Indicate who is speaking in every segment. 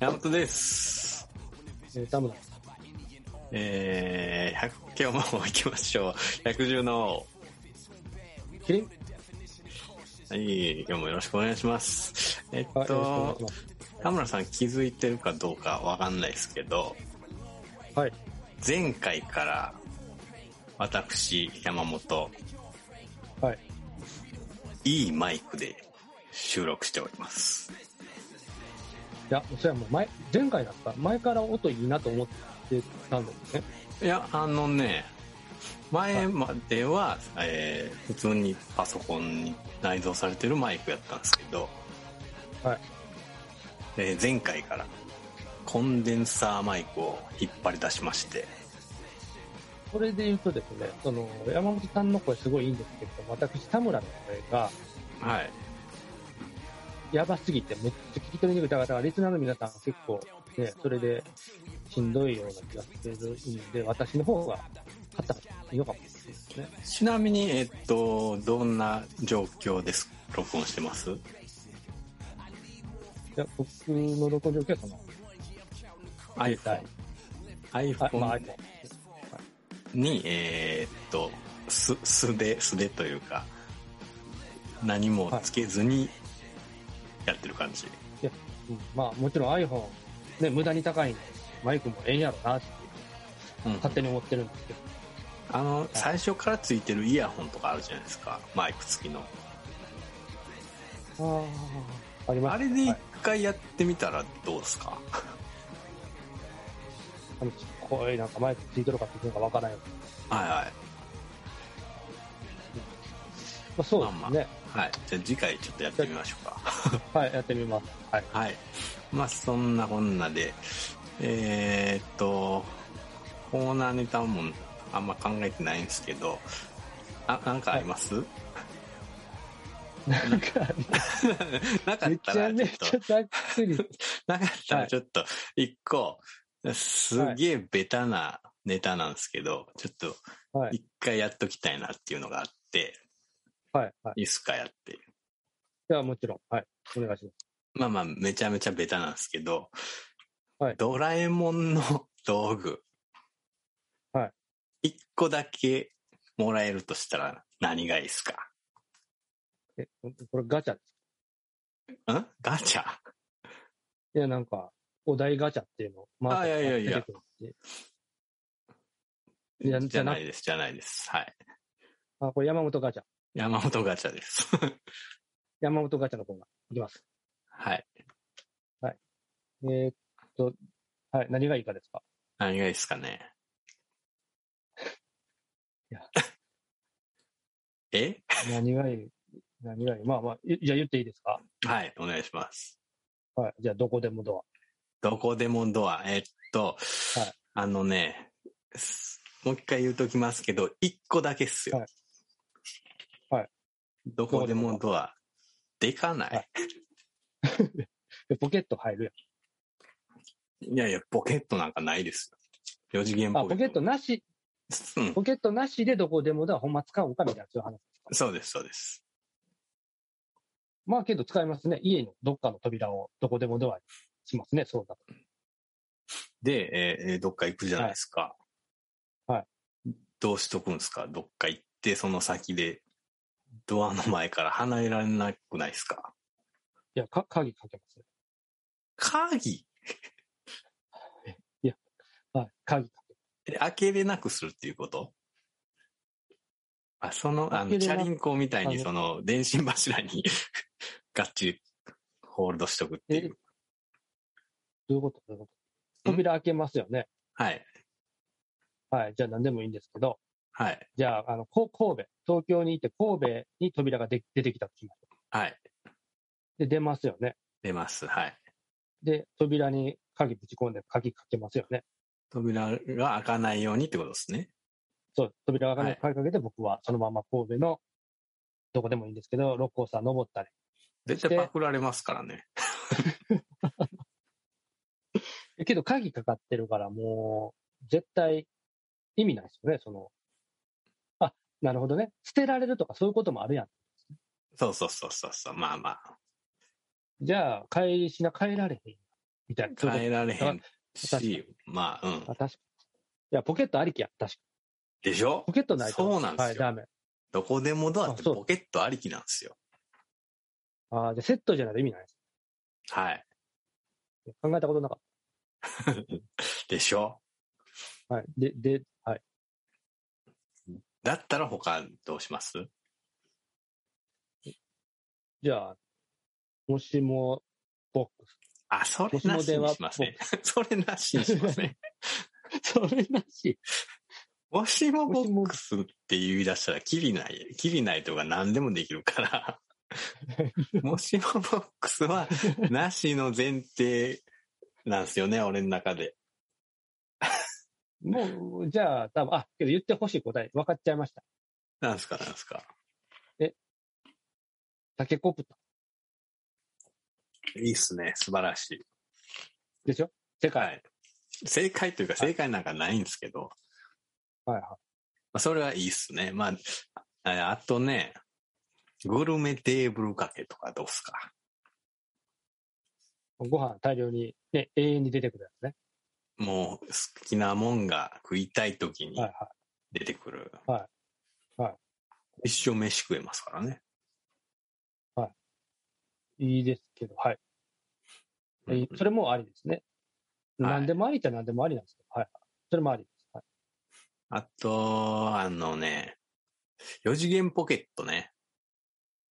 Speaker 1: ヤントです。
Speaker 2: えー田村。
Speaker 1: えー、100件を行きましょう。110の、
Speaker 2: キリン。
Speaker 1: はい、今日もよろしくお願いします。えっ
Speaker 2: はい、よろしくお願い
Speaker 1: と
Speaker 2: し、ます。
Speaker 1: 田村さん気づいてるかどうかわかんないですけど、
Speaker 2: はい。
Speaker 1: 前回から私、山本、
Speaker 2: はい。
Speaker 1: いいマイクで収録しております。
Speaker 2: いや、それはもう前、前回だった。前から音いいなと思ってたんですね。
Speaker 1: いや、あのね、前
Speaker 2: い
Speaker 1: までは、えー普通にパソコンに内蔵されてるマイクやったんですけど、
Speaker 2: はい。
Speaker 1: えー前回からコンデンサーマイクを引っ張り出しまして、
Speaker 2: それで言うとですね、その、山本さんの声すごいいいんですけれど、私、田村の声が、
Speaker 1: はい。
Speaker 2: やばすぎて、めっちゃ聞き取りにくい。だから、リスナーの皆さん結構、ね、それで、しんどいような気がしてるんで、私の方が、勝った方がいいのかもしれないですね。
Speaker 1: ちなみに、えっと、どんな状況です録音してます
Speaker 2: いや、僕の録音状況はその、
Speaker 1: ?iPhone。
Speaker 2: あ、まあ、
Speaker 1: iPhone
Speaker 2: あれ
Speaker 1: に、えーっと、す、素で、素でというか、何もつけずにやってる感じ。
Speaker 2: うんまあもちろん iPhone、ね、無駄に高いんで、マイクもええんやろなって
Speaker 1: うん
Speaker 2: 勝手に思ってるんですけど、
Speaker 1: あの、最初からついてるイヤホンとかあるじゃないですか。マイク付きの。
Speaker 2: ああ、あります
Speaker 1: あれで
Speaker 2: はい
Speaker 1: 一回やってみたらどうですか、
Speaker 2: あのちっこいなんかマイクついてるかっていうのがわからんよ、
Speaker 1: はい、はいはい
Speaker 2: まあ、そうですね、
Speaker 1: はい。じゃあ次回ちょっとやってみましょうか。
Speaker 2: はい、やってみます。はい、
Speaker 1: はい。まあ、そんなこんなで、えーっと、コーナーネタもあんま考えてないんですけど、あ、なんかあります、
Speaker 2: なんか、
Speaker 1: なか
Speaker 2: め
Speaker 1: った
Speaker 2: ちゃ
Speaker 1: らちょ
Speaker 2: め
Speaker 1: っ
Speaker 2: ち
Speaker 1: と
Speaker 2: ゃ、ざっくり。
Speaker 1: なかった
Speaker 2: は
Speaker 1: ら
Speaker 2: い
Speaker 1: ちょっと、一個、すげえベタなネタなんですけど、ちょっと
Speaker 2: はい、
Speaker 1: 一回やっときたいなっていうのがあって、
Speaker 2: はい、は
Speaker 1: い
Speaker 2: い。
Speaker 1: いっすかやって。
Speaker 2: ではもちろん、はい、お願いします。
Speaker 1: まあまあ、めちゃめちゃベタなんですけど、
Speaker 2: はい
Speaker 1: ドラえもんの道具。。
Speaker 2: はい
Speaker 1: 一個だけもらえるとしたら何がいいですか
Speaker 2: え、これガチャです。
Speaker 1: んガチャ
Speaker 2: いや、なんか、お題ガチャっていうのを、ま
Speaker 1: あいやいやいや
Speaker 2: いやじゃな
Speaker 1: じゃないです、じゃないです。はい。
Speaker 2: あ、これ山本ガチャ。
Speaker 1: 山本ガチャ です。
Speaker 2: 山本ガチャの方がいきます。
Speaker 1: はい。
Speaker 2: えーっと、はい、何がいいかですか
Speaker 1: 何がいいですかね
Speaker 2: いや
Speaker 1: え
Speaker 2: 何がいい何がいいまあまあ、いじゃあ言っていいですか
Speaker 1: はい、お願いします。
Speaker 2: はい。じゃあ、どこでもド
Speaker 1: どこでもドア。えっと、
Speaker 2: はい
Speaker 1: あのね、すもう一回言うときますけど、一個だけっすよ。
Speaker 2: はいはい
Speaker 1: どこでもドア。でかない。
Speaker 2: はいい、ア。でポケット入る
Speaker 1: やいや、ポケットなんかないですよ。4次元
Speaker 2: やん。あ、
Speaker 1: ポケ
Speaker 2: ポ
Speaker 1: ッ
Speaker 2: ケ
Speaker 1: ト。
Speaker 2: ットなし、
Speaker 1: うん、
Speaker 2: ポケットなしでどこでもドアほんま使おうかみたいなそういう話。
Speaker 1: そうです、そうです。
Speaker 2: まあけど使いますね。家のどっかの扉をどこでもドアにしますね、そうだ。
Speaker 1: で、えーえーどっか行くじゃないですか。
Speaker 2: はいは
Speaker 1: どうしとくんですかどっか行って、その先で、ドアの前から離れられなくないですか
Speaker 2: いや、か、鍵かけますね。
Speaker 1: 鍵
Speaker 2: はい、鍵かけ
Speaker 1: え開けれなくするっていうことあ、その、あ
Speaker 2: 開
Speaker 1: の、
Speaker 2: けれ
Speaker 1: チ
Speaker 2: な
Speaker 1: ャリンコみたい
Speaker 2: あ
Speaker 1: に、
Speaker 2: の
Speaker 1: その、電信柱に、 がっちり、ホールドしとくってい
Speaker 2: え
Speaker 1: う。
Speaker 2: どういうことどういうこと扉開けますよね。
Speaker 1: はい。
Speaker 2: はい。じゃあ何でもいいんですけど、
Speaker 1: はい。
Speaker 2: じゃあ、あの、こ神戸、東京に行って神戸に扉がで出てきたとしましょ
Speaker 1: はい。
Speaker 2: うで、出ますよね。
Speaker 1: 出ます。はい。
Speaker 2: で、扉に鍵ぶち込んで鍵かけますよね。
Speaker 1: 扉が開かないようにってことですね。
Speaker 2: そう、扉を開かない
Speaker 1: はい
Speaker 2: 鍵かけて、僕はそのまま神戸の、どこでもいいんですけど、六甲山登ったり。
Speaker 1: 絶対
Speaker 2: して
Speaker 1: パクられますからね。
Speaker 2: えけど、鍵かかってるから、もう、絶対、意味ないですよね、その。あ、なるほどね。捨てられるとか、そういうこともあるやん。
Speaker 1: そうそうそうそうそう。まあまあ。
Speaker 2: じゃあ、帰りしな、帰られへん。みたいな。そういうこと
Speaker 1: 変えられへん
Speaker 2: 確か
Speaker 1: し
Speaker 2: に、
Speaker 1: まあ、うん
Speaker 2: あ。確かに。いや、ポケットありきや。確かに。
Speaker 1: でしょ
Speaker 2: ポケットないと。
Speaker 1: そうなんですよ
Speaker 2: はい、ダメ。
Speaker 1: どこでもドアって
Speaker 2: あそう
Speaker 1: ポケットありきなんですよ。
Speaker 2: ああ、じゃあセットじゃないと意味ないです。
Speaker 1: はい。
Speaker 2: 考えたことなかっ
Speaker 1: でしょ
Speaker 2: た。はい。で、で、はい。
Speaker 1: だったら他どうします
Speaker 2: じゃあ、もしも、ボックス。
Speaker 1: あ、それなしにしますね。 それなしにしますね。
Speaker 2: それなし。
Speaker 1: もしもボックスって言い出したら、キリない、キリないとか何でもできる から、もしもボックスは、なしの前提なんですよね、俺の中で。
Speaker 2: もう、じゃあ、多分あ、けど言ってほしい答え、分かっちゃいました。
Speaker 1: なんすか、なんすか。
Speaker 2: タケコプター
Speaker 1: いいっすね、素晴らしい。
Speaker 2: でしょ世界。
Speaker 1: はい。正解というか、正解なんかないんですけど、ま
Speaker 2: はいはい。
Speaker 1: あそれはいいっすね。まあ、ああとね、グルメテーブルかけとかどうっすか。
Speaker 2: ご飯大量に、ね、永遠に出てくるやつね。
Speaker 1: もう、好きなもんが食いたい時に
Speaker 2: はいはい。
Speaker 1: 出てくる。
Speaker 2: はいはい
Speaker 1: 一生飯食えますからね。
Speaker 2: いいですけど、はい。えーそれもありですね。
Speaker 1: はい
Speaker 2: 何でもありっちゃ何でもありなんですけど、はい。それもありです。はい、
Speaker 1: あと、あのね、4次元ポケットね。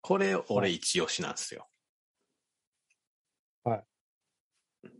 Speaker 1: これ、
Speaker 2: は
Speaker 1: 俺
Speaker 2: い
Speaker 1: 一押しなんですよ。
Speaker 2: はい。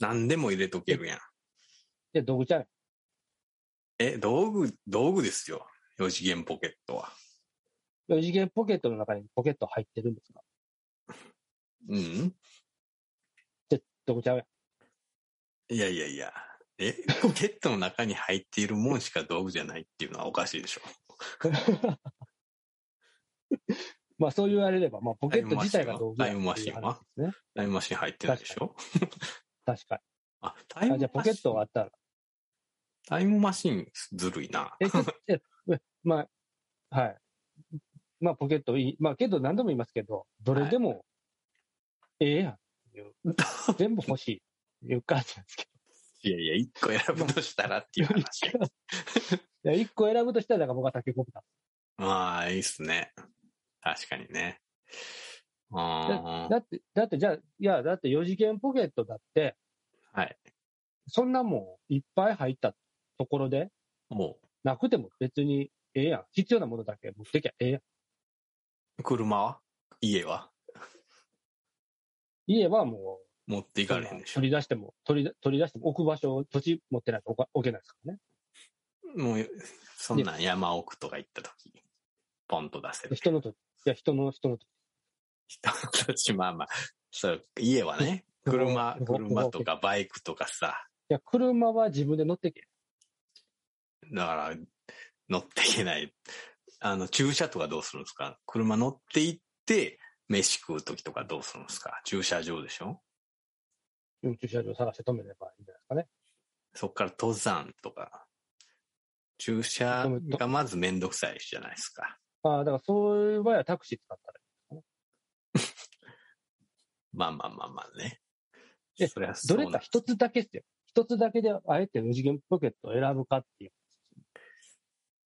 Speaker 1: 何でも入れとけるやん。
Speaker 2: で、道具じゃない。
Speaker 1: え、道具、道具ですよ。4次元ポケットは。
Speaker 2: 4次元ポケットの中にポケット入ってるんですか
Speaker 1: うん
Speaker 2: 道具ちゃうやん。
Speaker 1: いやいやいや。え、ポケットの中に入っているもんしか道具じゃないっていうのはおかしいでしょ。
Speaker 2: まあそう言われれば、まあポケット自体が道具
Speaker 1: タイムマシンは
Speaker 2: やっていう話ですね。
Speaker 1: タイムマシン入ってないでしょ
Speaker 2: 確か
Speaker 1: あ、タイ
Speaker 2: に。あ
Speaker 1: ム
Speaker 2: じゃあポ
Speaker 1: マ
Speaker 2: ケ
Speaker 1: シン
Speaker 2: ットがあったら。
Speaker 1: タイムマシンずるいな。
Speaker 2: え、ちょ ええまあ、はい。まあポケットいい。まあけど何度も言いますけど、どれでも、ええやんっ ていう。全部欲しい。いう感じなんですけど。
Speaker 1: いやいや、一個選ぶとしたらっていう話。
Speaker 2: いや、一個選ぶとしたら、だから僕はタケコプタ
Speaker 1: まあ、いいっすね。確かにね。
Speaker 2: ー。
Speaker 1: あ
Speaker 2: だって、だってじゃあ、いや、だって4次元ポケットだって、
Speaker 1: あ、はい。
Speaker 2: そんなもんいっぱい入ったところで、
Speaker 1: も
Speaker 2: なくても別にええやん。必要なものだけ持ってきゃええやん。
Speaker 1: う、車は家は
Speaker 2: 家はもう、
Speaker 1: 持っていかれへんでしょ
Speaker 2: 取。り出しても、取り出取り出しても置く場所を土地持ってないと置か置けないですからね。
Speaker 1: もう、そんなん山奥とか行った時、ポンと出せ
Speaker 2: で
Speaker 1: る。
Speaker 2: 人の土地、いや、人の、人の土地。
Speaker 1: 人たち、まあまあ、そう、家は ね、車、車とかバイクとかさ、
Speaker 2: いや、車は自分で乗ってけ。
Speaker 1: だから、乗っていけない。あの、駐車とかどうするんですか車乗って行って、飯食う時とかどうするんですか駐車場でしょ
Speaker 2: うん駐車場探して止めればいいんじゃないで
Speaker 1: そっから登山とか。駐車がまずめんどくさいじゃないですか。
Speaker 2: すかね。ああ、だからそういう場合はタクシー使ったらいい。
Speaker 1: まあまあまあまあね。
Speaker 2: え
Speaker 1: そりゃそ
Speaker 2: ど
Speaker 1: うな
Speaker 2: れか一つだけっすよ。一つだけで、あえて無次元ポケットを選ぶかっていう。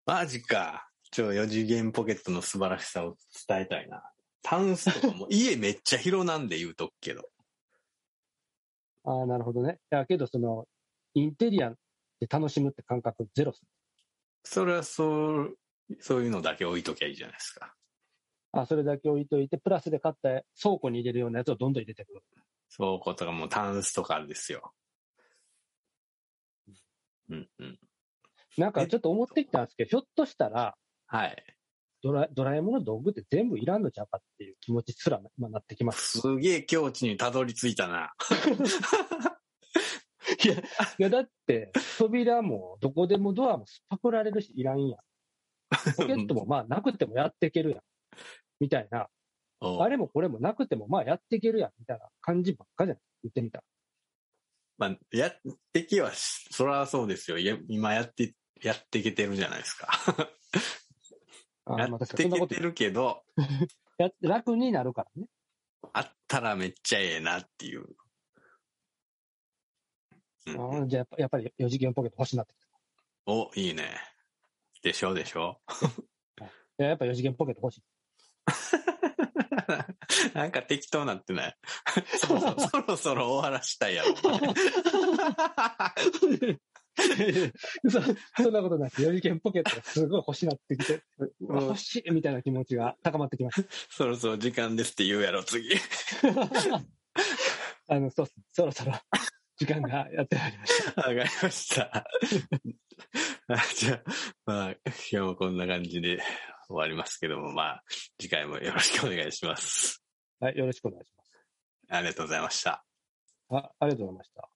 Speaker 1: マジか。ちょ、4次元ポケットの素晴らしさを伝えたいな。タンスとかも家めっちゃ広なんで言うとくけど。
Speaker 2: ああ、なるほどね。だけど、その、インテリアで楽しむって感覚ゼロっす。
Speaker 1: それはそう、そういうのだけ置いときゃいいじゃないですか。
Speaker 2: あそれだけ置いといて、プラスで買った倉庫に入れるようなやつをどんどん入れてくる。
Speaker 1: そうことかもうタンスとかあるですよ。うんうん。
Speaker 2: なんかちょっと思ってきたんですけど、ひょっとしたら、
Speaker 1: はい。
Speaker 2: ドラドラえもんの道具って全部いらんのちゃうかっていう気持ちすらな、まあ、なってきます。
Speaker 1: すげえ境地にたどり着いたな。
Speaker 2: いや、いやだって、扉もどこでもドアもすっぱくられるし、いらんやん。ポケ ットもまあなくてもやっていけるやん。みたいな。
Speaker 1: お
Speaker 2: あれもこれもなくても、まあやっていけるやん、みたいな感じばっかじゃん。言ってみたら。
Speaker 1: まあ、やってきはし、そらそうですよ。いや今やって、やっていけてるじゃないですか。
Speaker 2: あー
Speaker 1: や
Speaker 2: まあ
Speaker 1: っ
Speaker 2: 確
Speaker 1: て い
Speaker 2: かにそんな
Speaker 1: け
Speaker 2: こと
Speaker 1: てるけど、
Speaker 2: やっ楽になるからね。
Speaker 1: あったらめっちゃええなっていう。う
Speaker 2: あ
Speaker 1: ん
Speaker 2: ーじゃあやっぱ、やっぱり4次元ポケット欲しいなってき
Speaker 1: お、いいね。でしょでしょ
Speaker 2: た。いややっぱ4次元ポケット欲しい。
Speaker 1: なんか適当なってないそろそろそろそろ終わらしたいやろ。お前
Speaker 2: そそんなことないです。4次元ポケットがすごい欲しいなってき て、うわ欲しいみたいな気持ちが高まってきます。
Speaker 1: そろそろ時間ですって言うやろ、次。
Speaker 2: あの、そうっすそろそろ時間がやってまいりまし
Speaker 1: わかりました。あじゃあ、まあ、今日もこんな感じで終わりますけども、まあ、次回もよろしくお願いします。
Speaker 2: た。はい、よろしくお願いします。
Speaker 1: ありがとうございました。
Speaker 2: あありがとうございました。